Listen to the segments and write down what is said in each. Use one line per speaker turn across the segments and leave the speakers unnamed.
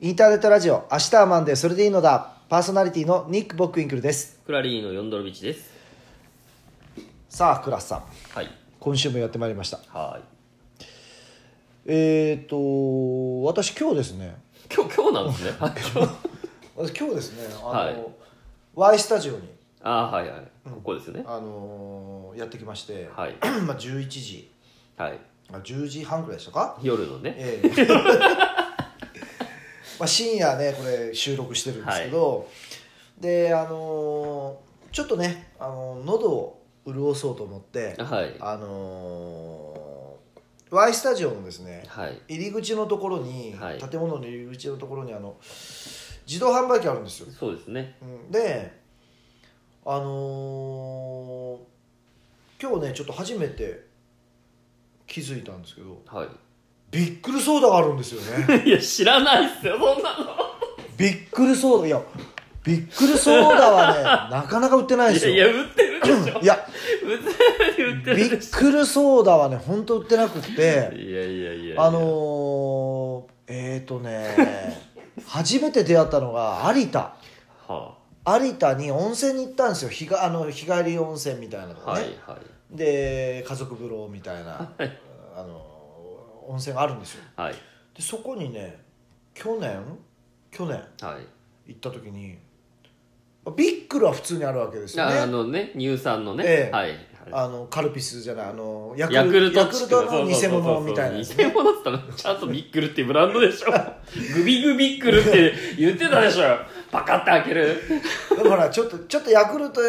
インターネットラジオ明日はマンデーそれでいいのだパーソナリティのニック・ボックウィンクルです
クラリーのヨンドロビッチです
さあクラスさん
はい
今週もやってまいりました
は
えっ、ー、と私今日ですね
ーい今日今日なん ですねはい今日
私今日ですねあの、
はい
Y スタジオに
あーはいはいここですよね
あのやってきまして、
はい
まあ11時
はい
あ10時半くらいでした か
夜のね
ええ まあ深夜ねこれ収録してるんですけど、であのーちょっとね、あのー喉を潤そうと思って
はい
あのー、Y スタジオのですね
はい
入り口のところに、
はい
建物の入り口のところにあの自動販売機あるんですよ、
そうですね
うんであのー今日ねちょっと初めて気づいたんですけど
は
ビックルソーダがあるんですよね
いいや知らないっすよそんなの
ビックルソーダいやビックルソーダはねなかなか売ってないで
い
す
や
よ
いや売ってるでしょ
いや
普通に売って
ビ
るで
ッ
し
クルソーダはね本当売ってなくっ
ょ
て
いやいやいやいや
あのー、えっ、ー、とね 初めて出会ったのが有田
は
有田に温泉に行ったんですよ日があの日帰り温泉みたいなの
あ
が
は
ね、
いはい
で家族風呂みたいな、
はい
あの温泉があるんですよ
はい
でそこにね去年去年
はい
行った時にビックルは普通にあるわけですよね
ああのね乳酸のね、
ええ
はいはい
あのカルピスじゃないあのヤ
ヤクルト
ヤクルトの偽物みたいなやつ
偽物っつったらちゃんとビックルっていうブランドでしょグビグビックルって言ってたでしょパカって開ける
でもほらちょっとちょっとヤクルト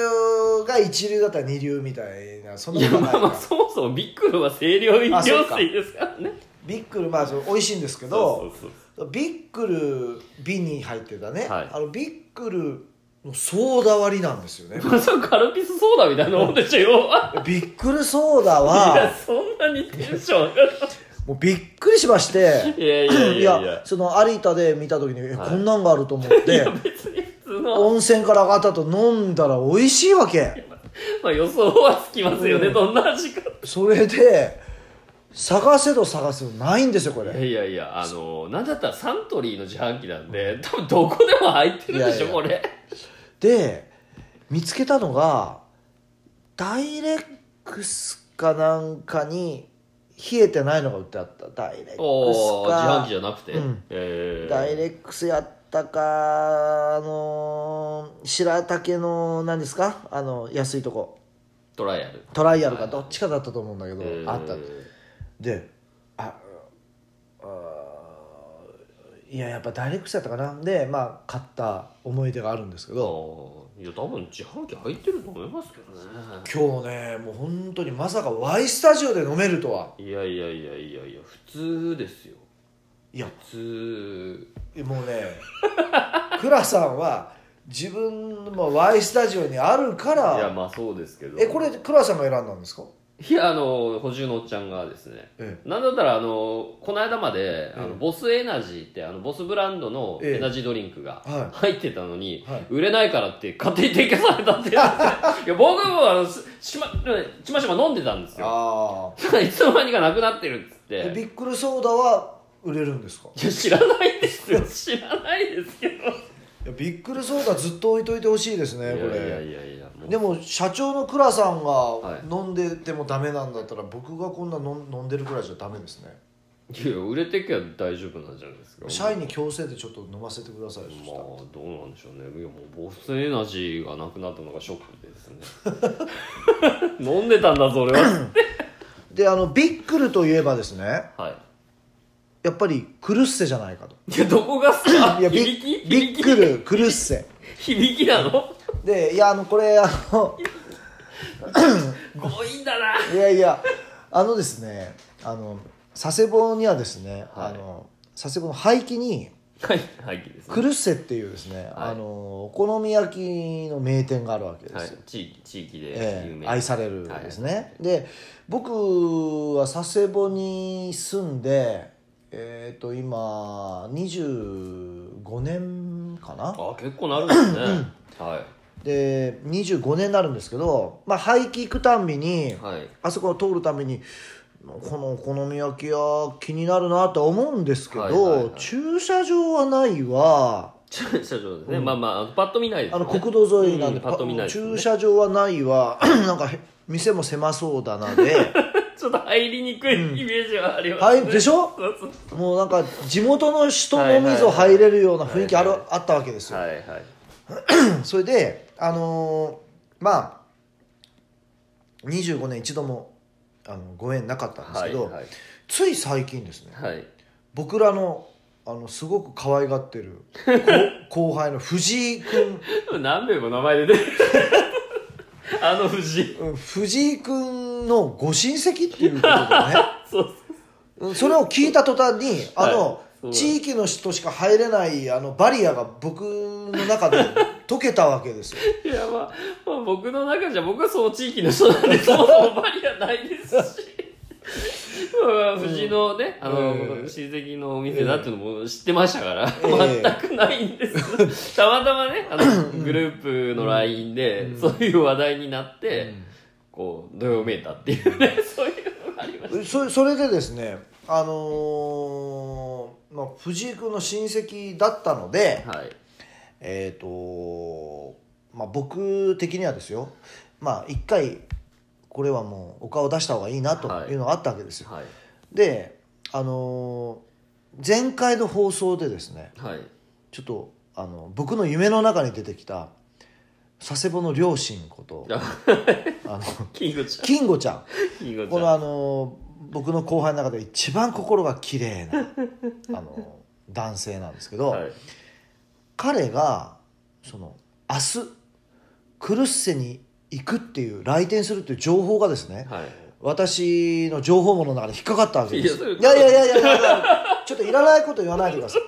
が一流だったら二流みたいなそん
い
な
や
こと
ま
ない
あまあ
から
そもそもビックルは清涼飲料水ですからね
ビックルまあその美味しいんですけ
そ
ど
うそう
ビックル瓶に入ってたね、
はい
あのビックルのソーダ割りなんですよ ね
そうまさかカルピスソーダみたいなもんでしょ要は
ビックルソーダ
いや
は
そんなにテンション上がら
もうびっくりしまして
ないいやいやいやいや
その有田で見た時に、え
はい
こんなんがあると思って
別に普通の、
温泉から上がったと飲んだら美味しいわけ
まあ、予想はつきますよね、
うん
どんな味か
それで探せど探すのないんですよこ
いや
れ
いやいやあのなんだったらサントリーの自販機なんで多分どこでも入ってるでしょ
いやいや
これ
で見つけたのがダイレックスかなんかに冷えてないのが売ってあったダイレックス
おお自販
か
機じゃなくて、
うん
えー、
ダイレックスやったかあのー白竹の何ですかあの安いとこ
トライアル
トライアルかどっちかだったと思うんだけど、
えー
あったでああーいややっぱダイレックスやったかなでまあ買った思い出があるんですけ
あ
ど
ーいや多分自販機入ってると思いますけどね
今日ねもう本当にまさか Y スタジオで飲めるとはい
やいやいやいやいや普通ですよ
いや
普通
もうねクラさんは自分の Y スタジオにあるか
いや
ら
まあそうですけど
えこれクラさんが選んだんですか
いやあの補充のおっちゃんがですね
え
なんだったらあのこの間まで、あ
ええ
のボスエナジーってあのボスブランドの
ええ
エナジードリンクが
は
入ってたのに、
はい
売れないからって勝手に提供された って言われていや僕もあのししまちましま飲んでたんですよ
ああ
ただ いつの間にかなくなってるっつって
ビックルソーダは売れるんですか
いや知らないですよ知らないで すけど
いやビックルソーダずっと置いといてほしいですね
い
これ
やいやいやいやもう
でも社長の倉さんが
い
飲んでてもダメなんだったら僕がこんなのん飲んでるくらいじゃダメですね
いや売れてきゃ大丈夫なんじゃないですか
社員に強制でちょっと飲ませてくださいそし
ま
た
あ
ら
どうなんでしょうねいやもうボスエナジーがなくなったのがショックですね 飲んでたんだぞ俺は
であのビックルといえばですね
は
やっぱりクルッセじゃないかと
いいやどこがっすか
いやビ
響き
ッビックルクルッセ
響きなの
でいやあのこれあ の
強引だない
やいやあのですねあの佐世保にはですね、
はい
あの佐世保の廃棄に
はいはいですね
クルッセっていうですね、
はい
あのお好み焼きの名店があるわけですよ、
はい、地域地域で有
え
名
え
な、
愛されるですね、
はい
で僕は佐世保に住んでえっ、と今25年かな
あ結構なるん ですねは
で25年になるんですけど、まあ、廃棄行くたんびに、
いはい
あそこを通るたんびにこのお好み焼き屋気になるなとは思うんですけど、
はいはいはい
駐車場はないわ
駐車場ですね、
うん
まあまああのパッと見ないです
あ
よね
の国道沿いなんで,
うん
パ、
パッと見ないですね
駐車場はないわ なんかへ店も狭そうだなで
ちょっと入りにくいイメージはあります
は
ね、
いでしょ
そうそう
もうなんか地元の人のみぞ入れるような雰囲気ある
はいは
あったわけですよ、
はいはい
それであのーまあ25年一度もあのご縁なかったんです
は
け
い
ど、
はい
つい最近ですね
はい
僕らのあのすごく可愛がってる こ後輩の藤井君
何名も名前出てる あの藤井
うん藤井君のご親戚っていうことでね
そうそう
うんそれを聞いた途端にあの、
はい
地域の人しか入れないあのバリアが僕の中 で解けたわけですよ
いやまあ、まあ、僕の中じゃ僕はその地域の人なん でそもそもバリアないですしまあ藤井のね、あ
う
の、
ん
親戚のお店だっていうのも知ってましたから、
ええ
全くないんで すたまたまねあのグループの LINE で、
うん
そういう話題になって、こうどよめいたっていうね そういうのがありまし
そそれでですねあのーまあ、藤井君の親戚だったので
たはい
えっ、とまあ僕的にはですよまあ一回これはもうお顔出した方がいいなというのがあったわけですよ、
はい
であのー前回の放送でですね
はい
ちょっとあの僕の夢の中に出てきた佐世保の両親こと
あ
あの
キングちゃん
金吾ちゃん
キングち
こ
ゃん
のあの僕の後輩の中で一番心が綺麗な あの男性なんですけど、
はい
彼がその明日クルッセに行くっていう来店するっていう情報がですね
はい
私の情報網の中で引っかかったわけです
いやそれ
いやいやいやいやいやちょっといらないこと言わないでください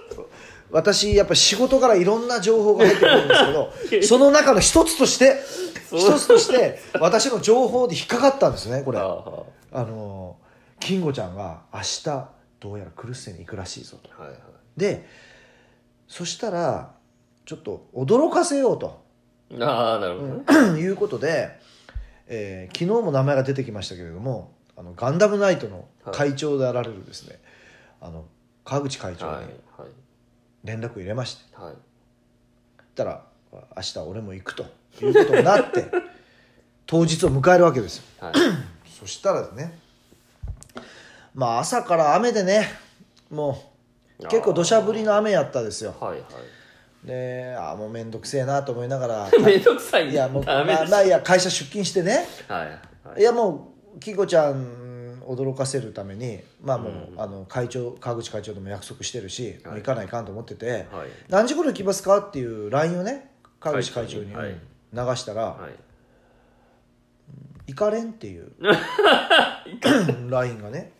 私やっぱ仕事からいろんな情報が入ってくるんです けどその中の一つとして
そう
一つとして私の情報で引っかかったんですねこれ
ああ
あ
は
の金吾ちゃんが明日どうやらクルッセに行くらしいぞと
いはい
でそしたらちょっと驚かせようと
ああなるほどね、
いうことで、えー昨日も名前が出てきましたけれどもあのガンダムナイトの会長であられるですね、あの川口会長
はい
に
はい
連絡入れまして、
はい
たら明日俺も行くということになって 当日を迎えるわけですよ
はい
そしたらですねまあ朝から雨でねもう結構土砂降りの雨やったですよ
はいは
であーもう面倒くせえなと思いなが ら
いめんどくさい
いやもう
ダメ
まあ
で
まあいや会社出勤してね
すはいはい
いやもうキコちゃん驚かせるためにまあもう、
うん
あの会長川口会長とも約束してるし、
はい
もう行かないかんと思ってて、
はい
何時頃行きますかっていう LINE をね川口会長に
はい
流したら「
はい
行かれん」って いう LINE がね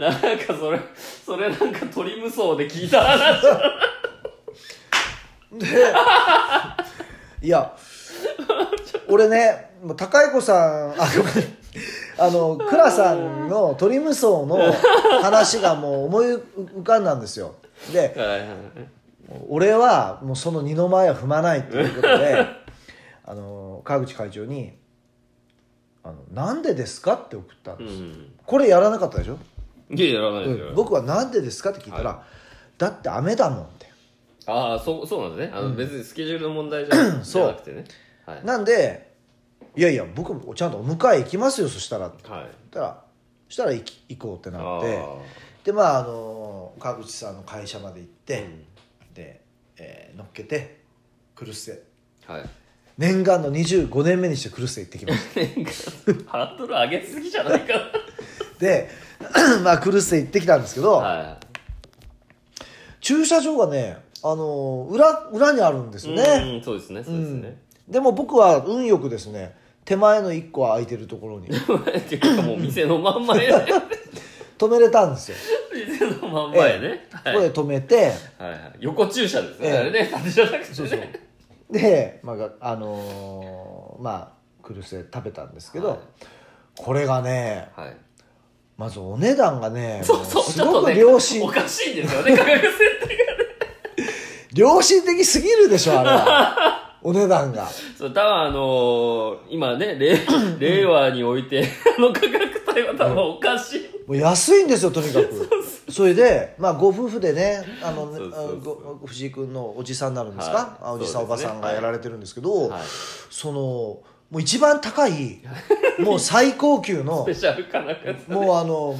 なんかそれそれなんか鳥無双で聞いた話
いや俺ねもう高い子さんあごめんあの倉さんの鳥無双の話がもう思い浮かんだんですよで
はいはいはい
俺はもうその二の前は踏まないということ であの川口会長にあの「なんでですか?」って送ったん
う
です、
ん
これやらなかったでしょ、
いややらないですよ、
うん僕は「なんでですか?」って聞いたら「だって雨だもん」って
ああそうそうなんですねあの、
うん
別にスケジュールの問題じゃな
そう
じゃなくてねはい
なんで「いやいや僕もちゃんとお迎え行きますよそしたら」って言
はい
ったら「そしたら行き行こう」ってな
あ
ってでまああの川口さんの会社まで行って、で、えー乗っけてクルッセ
あはい
念願の25年目にしてクルッセ行ってきました
なんかハードル上げすぎじゃないか
で まあクルッセ行ってきたんですけど、
なは
駐車場がねあのー裏裏にあるんです
い
よね、
うんそうですね
う
そ
ん
うですね、
でも僕は運よくですね手前の1個は空いてるところに
っていうかもう店のまんまやね
止めれたんですよ、
店のまんまやね、
こ
はい
こで止め て、
はいはい、横駐車ですね、
ええ
あれね縦じゃなくてね
そうそうで、まあが、あのーまあクルッセ食べたんですけど、
はい
これがね
はい
まずお値段がね
そうそう
もうす
ちょっ
ご
と
く
ね
良心、
おかしいんですよね価格設定が
良心的すぎるでしょあれ はお値段が
そう多分あのー今ね令令和においてあの価格ってことはもうおかしい
もう安いんですよとにか くそれで、まあ、ご夫婦でねあの
そうそうそう
あご藤井君のおじさんになるんです
は
か、
い
あおじさん、
そう
おば
ですね
さんがやられてるんですけど、
はい
そのもう一番高 いもう最高級の
スペシャルかなかった
もうあの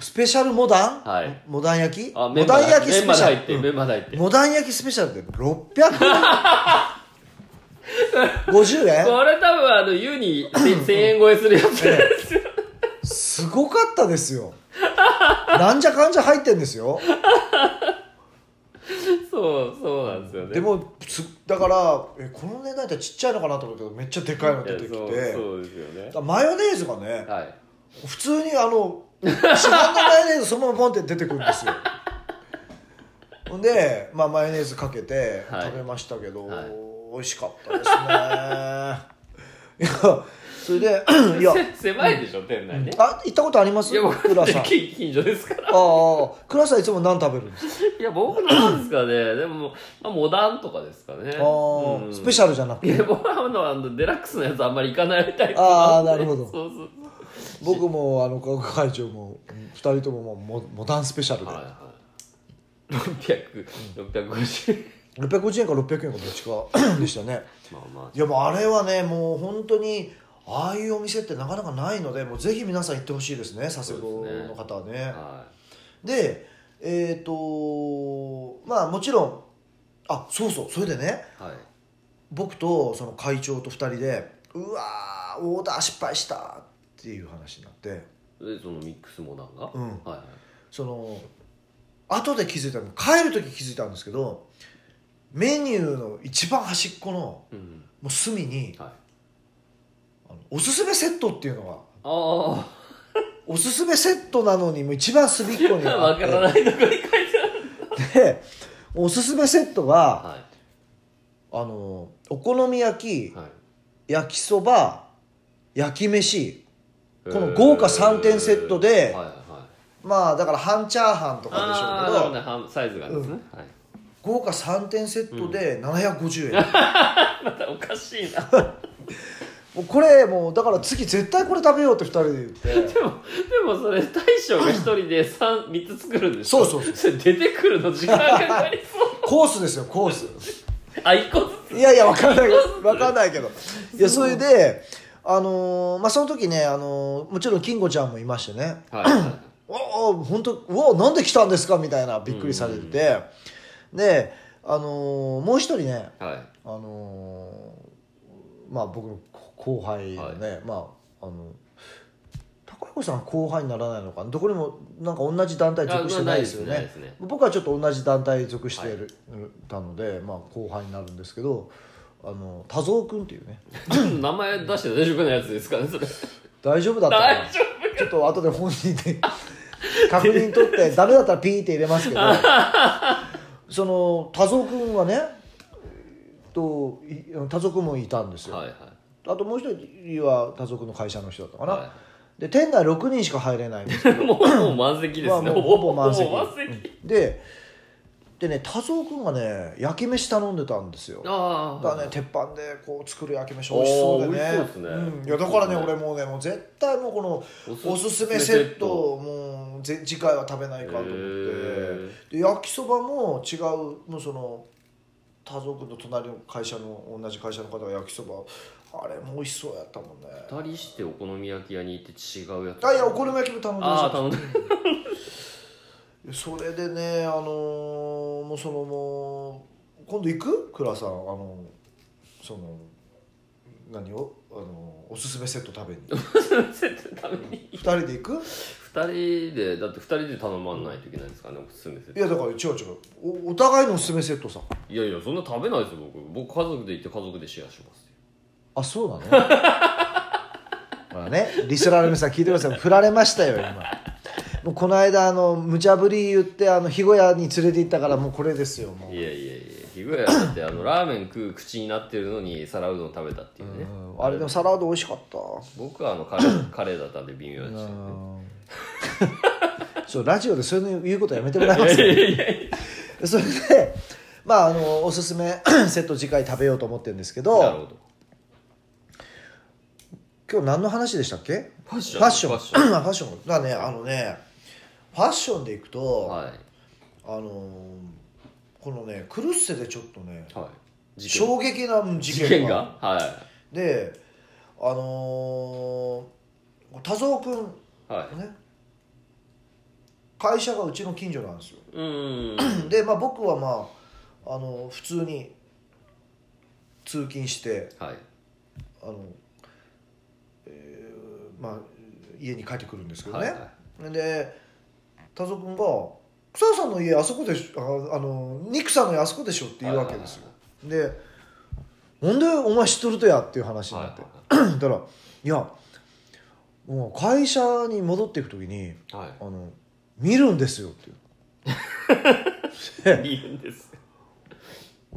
スペシャルモダン、
はい
モダン焼き
あ
モ
メン
ダ
バ
ン焼き
ーメ
ス
ン
ペ
バー
シ
で入
ャ
って
ル、
メンバーで入って
うんモダン焼きスペシャルって650 円
これ多分あの優に1000円超えするやつですよ
すごかったですよなんじゃかんじゃ入ってんですよ
そうそうなんですよね
でもつだからえこの値段ってちっちゃいのかなと思うけどめっちゃでかいの
いや
出てきて
そうそうですよね
だからマヨネーズがね
はい
普通にあの市販のマヨネーズそのままポンって出てくるん ですよほんで、まあ、マヨネーズかけて
はい
食べましたけど、
はい
美味しかったですねいやそれで いや
せ狭いでしょ店内ね
あ行ったことあります
いや僕
倉さんあ
近近所ですから
あ倉さんいつも何食べるんですか
いや僕なんですか ねでも、まあ、モダンとかですかね
あースペシ
ャ
ャルじゃなくて
ルいや僕はあのあのデラックスのやつあんまり行かないタイプ
あー
んで
なるほど
そうそう
僕もあの学会長もうん二人とももうモモダンスペシャルで、
はいはい600650円
650円か600円かどっちか でしたね
まあま
いやもうあれはねもう本当にああいうお店ってなかなかないのでもうぜひ皆さん行ってほしいですね佐世保の方はね
あは
でえっ、とまあもちろんあそうそうそれでね
い、はい、
僕とその会長と二人でうわーオーダー失敗したっていう話になって
でそのミックスモダンが、
うん
はいはい
その後で気づいたの帰る時気づいたんですけどメニューの一番端っこの
うん、
もう隅に
はい、
あのおすすめセットっていうのが
ああ
おすすめセットなのにもう一番隅っこにあ
わ
っ
からないとこに書いて
てでおすすめセット
ある
は
は
あのお好み焼
い、
き
はい、
焼きそば焼き飯この豪華三点セットで
えーはいはい
まあだから半チャーハンとかでし
ああーなる
ょう
ほど
けど
ね半サイズがですね、はい
豪華3点セットで750円、
またおかしいな
もうこれもうだから次絶対これ食べようって2人で言って
でもでもそれ大将が一人で 3, 三つ作るんでしょ
そうそう
それ出てくるの時間か かりそう
コースですよコース
あ一個ずつ
いやいや分かんない分かんないけどいやそれであのーまあその時ね、あのーもちろん金吾ちゃんもいましてね
はいは
「おお本当うわなんで来たんですか?」みたいなびっくりされててであのーもう一人ね
いはい
あのーまあ僕の後輩のね、まああの高彦さんは後輩にならないのかなどこにもなんか同じ団体属してないですよ
あないで
ね
すねないです
僕はちょっと同じ団体属してる、たので、まあ、後輩になるんですけどあの多蔵君っていうね
名前出して大丈夫なやつですかねそれ
大丈夫だったか
大
な
丈夫
ちょっと後で本人で 確認取ってダメだったらピーって入れますけどその多蔵君はねえっとい多蔵君もいたんですよ、
はいはい
あともう一人は多蔵君の会社の人だったかな、
は
で店内6人しか入れ ないんですけ
いもうもう満席で
ど、
す
ま
ね
あもうほぼ満席
ほぼ満席
うんででね多蔵君がね焼き飯頼んでたんですよ
あ
だからね、鉄板でこう作る焼き飯美味しそうでね
あー美味しそうですね
ん、いやだからね
そうですね
俺もうねもう絶対もうこのお
お
す
す
す
す
め
め
セ
セ
ッ
ッ
ト
ト
をもうぜ次回は食べないかと思っ
へー
てで焼きそばも違うもうその田蔵君の隣の会社の同じ会社の方が焼きそばあれも美味しそうやったもんね
あ二人してお好み焼き屋に行って違うやつ
あいやお好み焼きも頼んでまし
あ
た
あ頼んで
それでねあのーもうそのもう今度行く倉さんあのその何をあのおすすめセット食べに
セットために
二人で行く
2人でだって2人で頼まないといけないですからねおすすめセッ
い
ト
やだから違う違うおお互いのおすすめセットさ
いやいやそんな食べないですよ僕僕家族で行って家族でシェアしますよ
あそうなの ほらねリスナーの皆さん聞いてください振られましたよ今もうこの間あの無茶ぶり言ってあの日小屋に連れて行ったからもうこれですよもう
いやいやいや日暮屋だってあのラーメン食う口になってるのに皿うどん食べたっていうね、
うんあれでもサラダ美味しかった
僕はあのカレーカレーだったんで微妙でしたよね
そうラジオでそういうの言うことやめてもらえま
い
す
やいやいやい
それでまああのおす すめセット次回食べようと思ってるんですけ
やな
ど
るほど
今日何の話でしたっけ
ファッション
ファッション
ファッション
あファッションだねあのねファッションでいくと、
は
あのーこのねクルッセでちょっとね
い、はい、事件
衝撃な事件
事件がは
であのー多蔵君
いはい
ね会社がうちの近所なんですよ
うーん
で、まあ、僕はまあ、あの普通に通勤して
はい
あの、えーまあ、家に帰ってくるんですけど
はい
ね、
はい
で田蔵君が「草さんの家あそこでしょああのニクさんの家あそこでしょ」って言うわけですよ、で「なんでお前知っとるとや」っていう話になって、 だから「いやもう会社に戻っていく時に
はい
あの見るんですよ」っていう
いるんです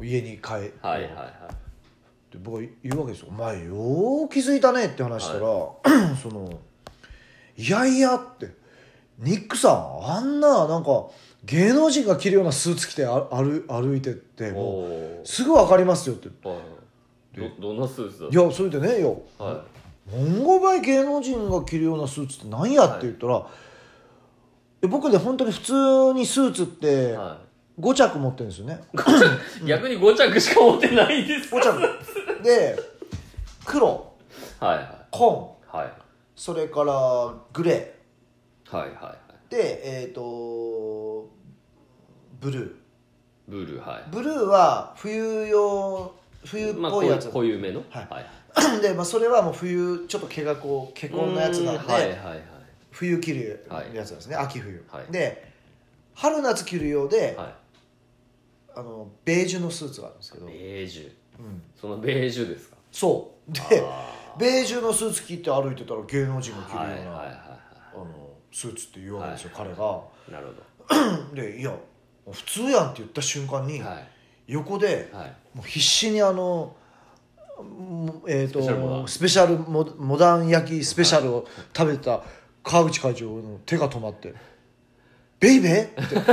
家に帰って、
はいはいは
で僕は言うわけですよ「お前よう気づいたね」って話したら、 その「いやいや」って「ニックさんあんななんか芸能人が着るようなスーツ着てあ歩歩いてって
い
もう
お
すぐ分かりますよ」って「
おどどんなスーツだ
いやそれでねいや
は
何五倍芸能人が着るようなスーツって何や?」って言ったら、で僕で本当に普通にスーツっ
い
て
は
5着持ってるんですよね、
い逆に5着しか持ってないんです
5着 で黒
はいは
紺
いはい
それからグレー
はいはいはい
でえっ、とブル
ブルーは
ー
い
ブルーは冬用冬っ
まあ
ぽ
こ
いうやつ、
こういう目の
はい
はい
で、まあ、それはもう冬ちょっと毛がこう毛根のやつなんで、
うーんはいはいはい
冬着るやつなんですね、秋冬、
はい
で春夏着るようで、
は
あのベージュのスーツがあるんですけ
い
ど、
ベージュ
うん
そのベージュですか
そうで
あ
ベージュのスーツ着て歩いてたら芸能人が
ー
着
は
る
い
よう
は
な、
いは
あのスーツって言うわけですよ、彼が
いなるほ
でいや普通やんって言った瞬間に、
どは
横で
いはい
もう必死にあの、もえー、
スペシャルモダ
とスペシャルモ
ン
モダン焼きスペシャルを食べた川口会長の手が止まって「ベイベー?」って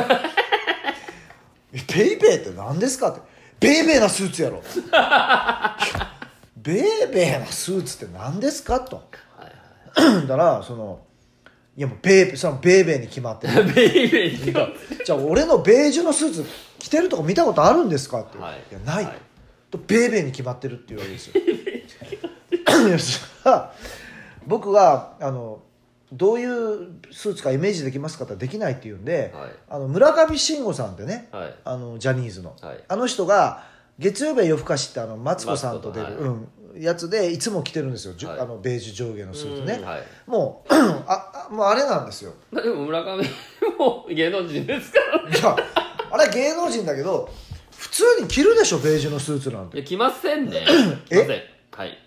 「ベイベーって何ですか?」って「ベイベーなスーツやろ」 ベイベーなスーツって何ですか?」と だからその「いやもうベイベーそのベイベーに決まってる」
ベイベー行き
じゃあ俺のベージュのスーツ着てるとこ見たことあるんですかって、
はい
い、やない、
はい
とベーベーに決まってるっていうわけですよ いや それは僕があのどういうスーツかイメージできますかってできないっていうんで、
はい
あの村上信五さんってね
はい
あのジャニーズの、
はい
あの人が月曜日は夜更かしってあのマツコさんと出る、
マツコ
う
と
ん、やつでいつも着てるんですよ、じゅ
はい
あのベージュ上下のスーツね、
うんはい
もう ああもうあれなんですよ
まあでも村上も芸能人ですから
いやあれ芸能人だけど普通に着るでしょベージュのスーツなん
い
て
や来ませんね
え
来ませんはい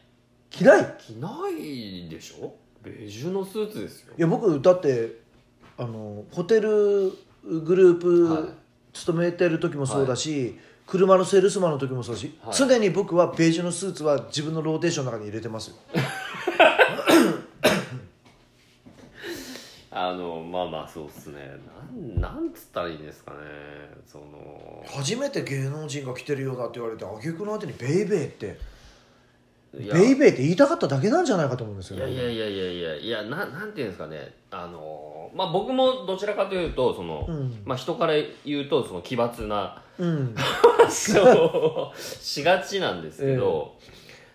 着ないい
着ないでしょベージュのスーツですよ
や僕だってあのホテルグルー
はい
プ勤めてる時もそうだし、車のセールスマンの時もそうだし、
はい
常に僕はベージュのスーツは自分のローテーションの中に入れてますよ
あのまあまあそうっすねなんなんつったらいいんですかねその
初めて芸能人が着てるようだって言われて挙句の果てに「ベイベー」って「
いや
ベイベー」って言いたかっただけなんじゃないかと思うんです
い
よ
や
ね
いやいやいやいやいやななんていうんですかねあのまあ僕もどちらかというとその、
うん
まあ人から言うとその奇 抜な
うん
話をしがちなんですけど、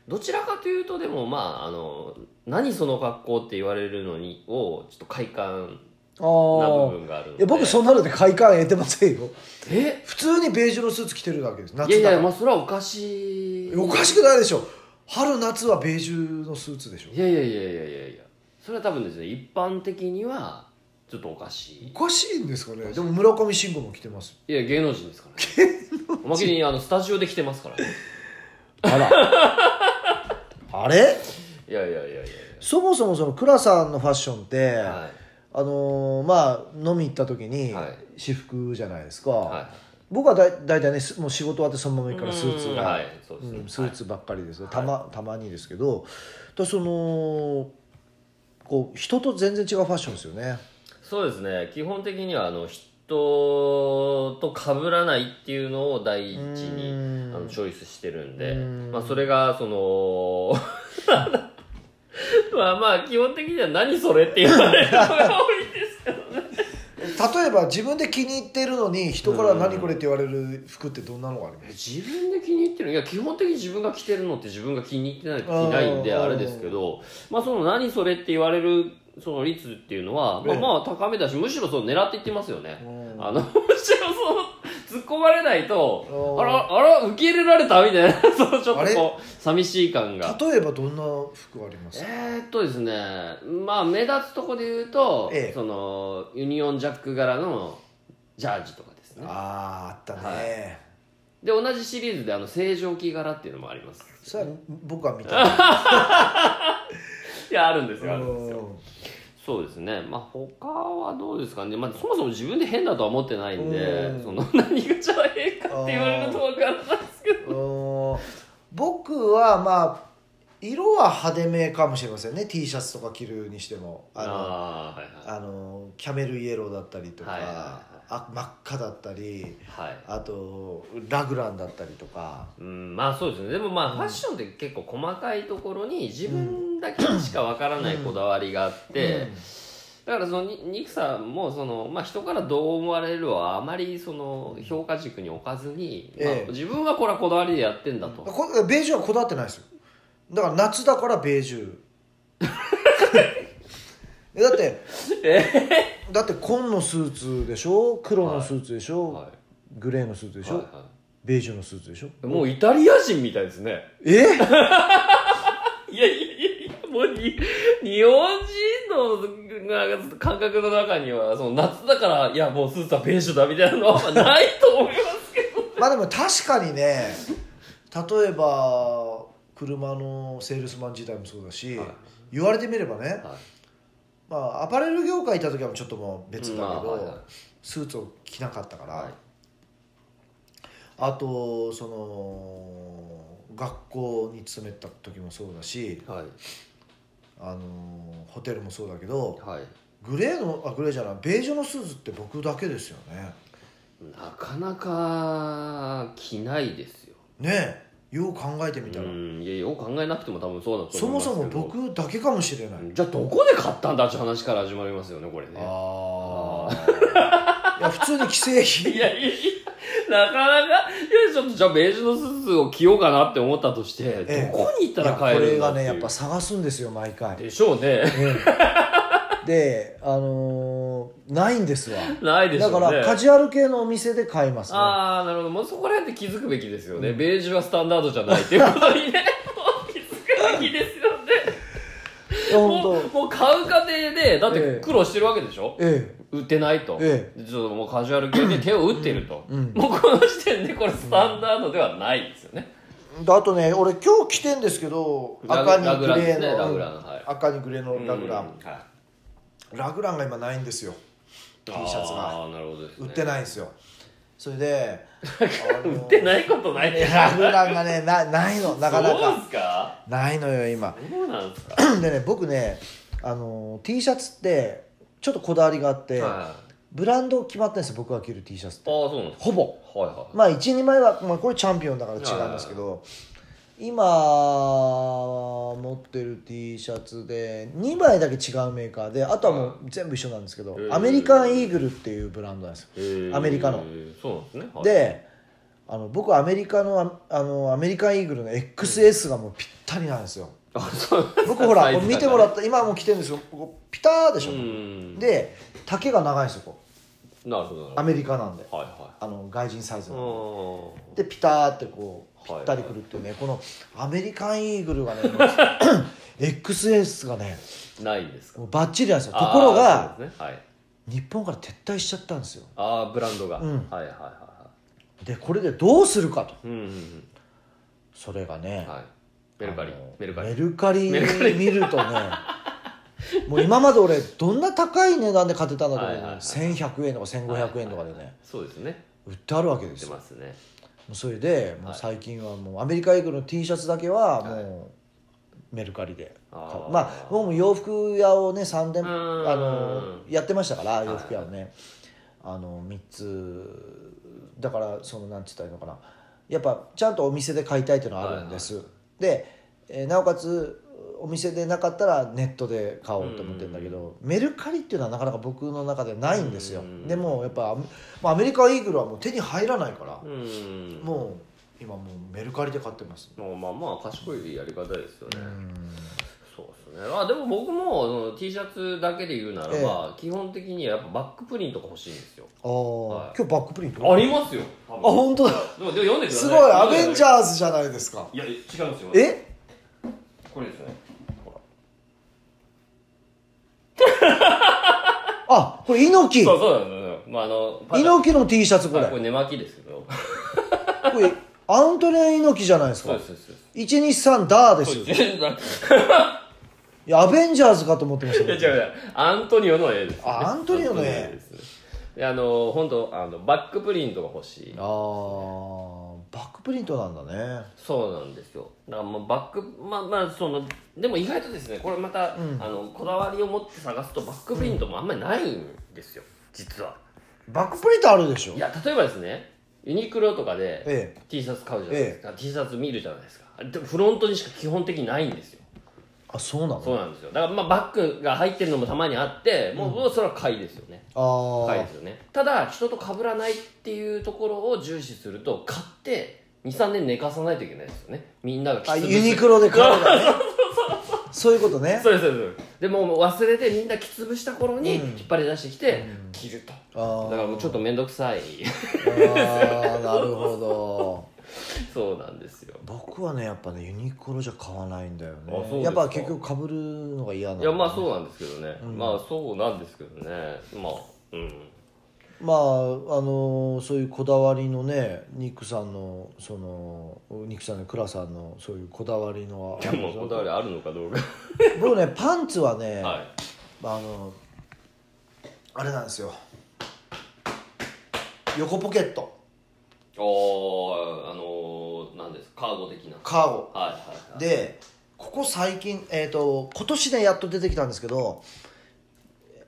どちらかというとでもまああの何その格好って言われるのにをちょっと快感な
あ
部
あ
分があるの
い
で
や僕そんなので快感得てませんよ
え
普通にベージュのスーツ着てるだけです夏だ
い
から
やいやまあそれはおかしい
おかしくないでしょ春夏はベージュのスーツでしょ
いやいやいやいやいやいやそれは多分ですね一般的にはちょっとおかし
おかしいんですかねでも村上信五も着てます
いいや芸能人ですからねおまけにあのスタジオで来てますからね
あら あれ
いやいやいやいやい
そもそもその倉さんのファッションって、
やは
あのーまあ飲み行った時に
はい
私服じゃないですか、
いは
僕はだい大体ねすもう仕事終わってそのまま行
い
くからスーツが、
はいそうですね、
うん、スーツばっかりですよ、たまたまにですけどだそのこう人と全然違うファッションですよね
そうですね基本的にはあの人と被らないっていうのを第一に
うん
あのチョイスしてるんで
うん
まあ、それがそのまあまあ基本的には何それって言われるのが多いですけどね
例えば自分で気に入ってるのに人から「何これ」って言われる服ってどんなのがあります
自分で気に入ってるいや基本的に自分が着てるのって自分が気に入ってない着ないんで
あー
あれですけどまあその何それって言われるその率っていうのは、まあ、
ええ
まあ高めだしむしろそう狙っていってますよね、
うん
あのむしろそう突っ込まれないと
おー
あらあら受け入れられたみたいな そのちょ
あ
っと
れ
こう寂しい感が
例えばどんな服がありますか
えー、っとですねまあ目立つとこで言うと、
ええ
そのユニオンジャック柄のジャージとかですね
あーあったね、
で同じシリーズであの正常期柄っていうのもあります
それは僕は見たい
いやあるんですよあるんですよ
う
そうですねまあ他はどうですかね、まあ、そもそも自分で変だとは思ってないん
う
で
ん
その 何がじゃあ変かって言われると分からないですけど
んうん僕はまあ色は派手めかもしれませんね T シャツとか着るにしてもあの
ああー
あのキャメルイエローだったりとか、
はいはいはい
あ真っ赤だったり
はいはいはい
あとラグランだったりとか
うんまあそうですねでもまあファッションって結構細かいところに自分だけしかわからないこだわりがあって、だからそのにニクさんもその、まあ、人からどう思われるはあまりその評価軸に置かずに、まあ
ええ
自分はこれはこだわりでやってんだと
うん、こベージュはこだわってないですよだから夏だからベージュ えだってだって紺のスーツでしょ黒のスーツでしょ、
はい
グレーのスーツでしょ、
はいは
ベージュのスーツでしょ
いもうイタリア人みたいですね
え
いやいやいやいやもうに日本人のなんか感覚の中にはその夏だからいやもうスーツはベージュだみたいなのはないと思いますけど
まあでも確かにね例えば車のセールスマン時代もそうだし、
はい
言われてみればね、
はい
まあ、アパレル業界いた時はちょっともう別だけど、
まあはいはい
スーツを着なかったから、
はい
あとその学校に勤めた時もそうだし、
はい
あのホテルもそうだけど
はい
グレーのあグレーじゃないベージュのスーツって僕だけですよね
なかなか着ないですよ
ねえよう考えてみた
う
ら、
んいやよく考えなくても多分そうだと
そも
思いますけ
そ
ど
も僕だけかもしれない、
じゃあどこで買ったんだって話から始まりますよねこれね
ああいや普通に既製品
いやいやいやなかなかいやちょっとじゃあベージュのスーツを着ようかなって思ったとして、
ええ
どこに行ったら
いや
買え
こ
る
れ
んだ
が
ってい
ね
う
やっぱ探すんですよ毎回
でしょうね
であのーないんですわ
ないでしょ
だ
う
か
ね
らカジュアル系のお店で買いますね
ああなるほどもうそこら辺で気づくべきですよね、ベージュはスタンダードじゃないっていうこと にねもう気づくべきです
い
よね
や
も
本
うもう買う過程でだっ
え
て
え
苦労してるわけでしょ、
当え
売ってないと、
え
でちょっともうカジュアル 系で手を打ってると、
うんうん
もうこの時点でこれスタンダードではないですよね、
えであとね俺今日着てんですけど
ラグ
赤に
ラグ
グ
ランで
レー
すね
の
ラグ
うん
ランはい
赤にグレーのラグラン、
うんはい
ラグランが今ないんですよ T シャツが
あーなるほどです、ね、
売ってないんですよそれで
売ってないこと ないね
ラグランがねなないのなかな
そうで
か
すか
ないのよ今
そうなんですか
でね僕ねあの T シャツってちょっとこだわりがあって、
はいあ
ブランド決まってんですよ僕が着る T シャツって
ーそうなんです
ほぼ
かはいは
まあ12枚は、まあ、これチャンピオンだから違うんですけど今持ってる T シャツで2枚だけ違うメーカーであとはもう全部一緒なんですけど
うん
アメリカンイーグルっていうブランドなんですよ
いへー
アメリカの
そうなんですね、はい、
であの僕アメリカのああのアメリカンイーグルの XS がもうぴったりなんです よ
あそう
僕ほら
サイ
こ
ズ
れ
が
見てもらった今もう着てるんですよここピターでし
う
ょ
ん
で丈が長いんですよこ
なるほど
う
な
ア
る
メリカなんで
ほどはいは
あの外人サイズ
い
の
うん
でピターってこうぴ
はい
ったりくるっていうね、このアメリカンイーグルがね XS がね
ないんですか
もうバッチリなんですよところ
あー
が
そうですねはい
日本から撤退しちゃったんですよ
ああブランドが、
うん
はいはいはいは
でこれでどうするかと
いうんうん
それがね
うん、はいメルカリ
あの
メルカリ
メルカリ
メル
見る とねもう今まで俺どんな高い値段で買ってたんだと思う、
はいはいはい
1100円とか1500円とかでね、
そうですね
売ってあるわけで
売っ
す
て
よ
ますね
もうそれでもう
はい
最近はもうアメリカイーグルの T シャツだけは
はい
もうメルカリで買う
あー
まあ僕も洋服屋をね3店
う
舗
ーん
あのやってましたから洋服屋をねあの3つだからそのなんて言ったらいいのかなやっぱちゃんとお店で買いたいというのはあるんですでえーなおかつお店でなかったらネットで買おうと思ってるんだけど、メルカリっていうのはなかなか僕の中でないんですよ、
うん
でもやっぱアメまあアメリカイーグルはもう手に入らないから、
うん
もう今もうメルカリで買ってます、
まあまあ賢いやり方ですよ
う
ね、
ん
そうですねあでも僕もその T シャツだけで言うならば、基本的にはやっぱバックプリントが欲しいんですよ
ああ、
はい
今日バックプリント
ありますよあ
あ本当だ
でもでも読んでくださ
す
い
ごいアベンジ
ー
ャーズじゃないですか
いや違うんですよ
え
これですねほら
あこれ猪木
そうそうなんですよまああのパンダ
猪木の T シャツこれ
あこれ寝巻きですけど
これアントニオ猪木じゃないです
そう
か
ですそうです
123ダーです
そう
よ
です 全然
いやアベンジャーズかと思ってまし
いや
た
違う違うアントニオの絵です、
あアントニオの絵
ですであの本当あのバックプリントが欲しい
あーバックプリントなんだね
そうなんですよだからまあバックまあまあそのでも意外とですねこれまた、あのこだわりを持って探すとバックプリントもあんまりないんですよ、実は
バックプリントあるでしょ
いや例えばですねユニクロとかで
ええ
T シャツ買うじゃないですか、T シャツ見るじゃないですかでもフロントにしか基本的にないんですよ
あそうなの
そうなんですよだからまあバッグが入ってるのもたまにあってもう、もうそれは買いですよね
ああ、
高いですよねただ人と被らないっていうところを重視すると買って23年寝かさないといけないですよねみんなが
あ
着
ユニクロで買う のねそういうことね
そうですそうですでももう忘れてみんな着潰した頃に
うん
引っ張り出してきて、着ると
あー
だからもうちょっと面倒くさい
あーなるほど
そうなんですよ
僕はねやっぱねユニクロじゃ買わないんだよ
あそうですか
ねやっぱ結局被るのが嫌なん
い
だよ
や
ね
まあそうなんですけどね、まあそうなんですけどねまあうん
まああのそういうこだわりのねニックさんのそのニックさんのクラさんのそういうこだわりの
でもこだわりあるのかどうか
僕ねパンツはね、
は
あのあれなんですよ横ポケット
いおーあのー、なんですかカーゴ的な
カーゴ
はいはいはい
でここ最近えっ、と今年ねやっと出てきたんですけど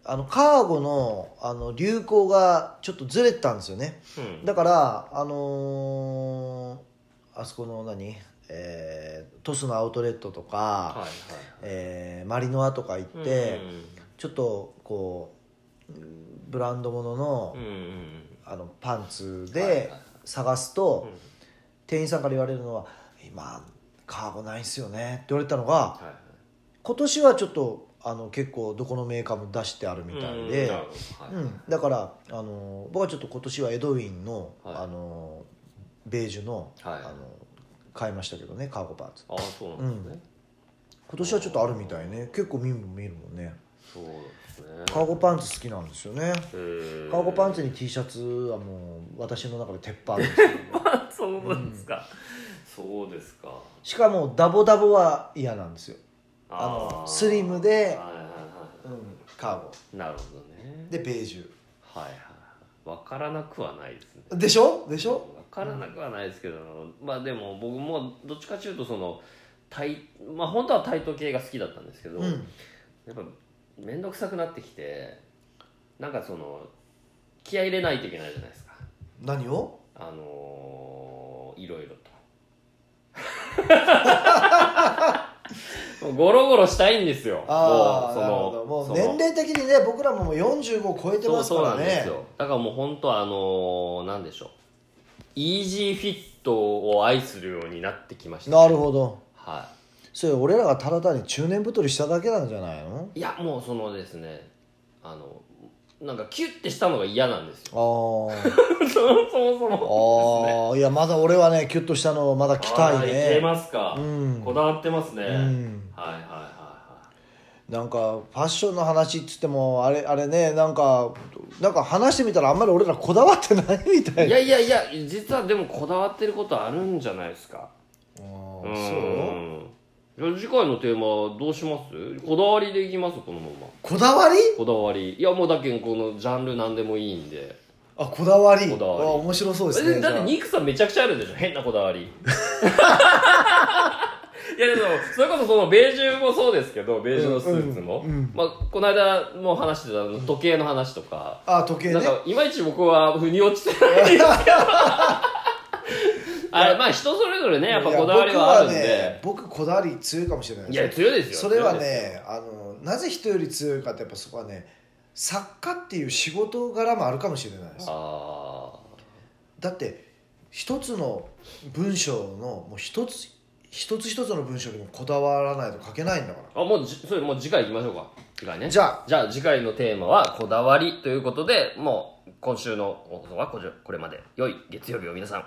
あのカーゴのあの流行がちょっとずれてたんですよね
うん
だからあのーあそこの何えートスのアウトレットとか、
はいはい
えーマリノアとか行って、ちょっとこううんブランドものの,、
うんうんうん
あのパンツ
はいはい
で
はい
探すと、
うん
店員さんから言われるのは「今カーゴないんすよね」って言われたのが
はいはい
今年はちょっとあの結構どこのメーカーも出してあるみたいで。うん、だから、あの僕はちょっと今年はエドウィンの、
はい
あのベージュの,、
はい
あの買いましたけどねカーゴパンツ
ああそうなんですね、
今年はちょっとあるみたいね結構見るも見るもんね
そうですね
カーゴパンツ好きなんですよね
えー
カーゴパンツに T シャツはもう私の中で鉄板 ですよ
そうなんですか、そうですか
しかもダボダボは嫌なんですよ、あの
ー
スリムで
はいはいは
うん、カーゴ
いなるほどね
でベージ
はいはいわからなくはないですね
ュでしょでし
わ
ょ
からなくはないですけど、まあでも僕もどっちかというとそのタイまあ本当はタイト系が好きだったんですけど、
うん
やっぱ面倒くさくなってきてなんかその気合い入れないといけないじゃないですか
何を
あのーいろいろ ともうゴロゴロしたいんですよ
ああ
もう
な
そ
る
の
ほども
そうの
年齢的にね僕らももう45を超えて
そう
ますか
そうな
ら
んで
ね
すよだからもう本当あのーなんでしょうイージーフィットを愛するようになってきました、
なるほど
は
それ俺らがただ単に中年太りしただけなんじゃないの
いいやもうそのですねあのなんかキュッてしたのが嫌なんですよ
ああ
そもそもそも
ああ、いやまだ俺はねキュッとしたのをまだ着たい
あーいけ
ね
ますか、
うん
こだわってますね、
ん
はいはいは
なんかファッションの話っつってもあれあれねなんかなんか話してみたらあんまり俺らこだわってないみた
いはいいい
な
やいやいや実はでもこだわってることあるんじゃないですか
あ
う
ー
ん
そう
じゃあ次回のテーマどうしますこだわりでいきますこのまま
こだわり
こだわりいやもうだけんこのジャンル何でもいいんで
あこだわり
こだわり
あ面白そうです
え
ね
だって
じゃ
ニクさんめちゃくちゃあるでしょ変なこだ わりいやでもそれこそそのベージュもそうですけどベージュのスーツも、
うんうん
まあ、この間も話してたあの時計の話とか、
ああ時計
な
ね
んかいまいち僕は腑に落ちてないですけどああれまあ人それぞれねやっぱこだわり
いや
はある
僕は
ん
ね
で
僕こだわり強いかもしれない
いや強いですよ
それは
強いですよ
ねあのなぜ人より強いかってやっぱそこはね作家っていう仕事柄もあるかもしれないです
あ
だって一つの文章のもう一つ一つ一つの文章にもこだわらないと書けないんだから
ーあもうじそれもう次回行きましょうか次回ね
じゃあ
じゃあ次回のテーマはこだわりということでもう今週の放送はこじこれまで良い月曜日を皆さん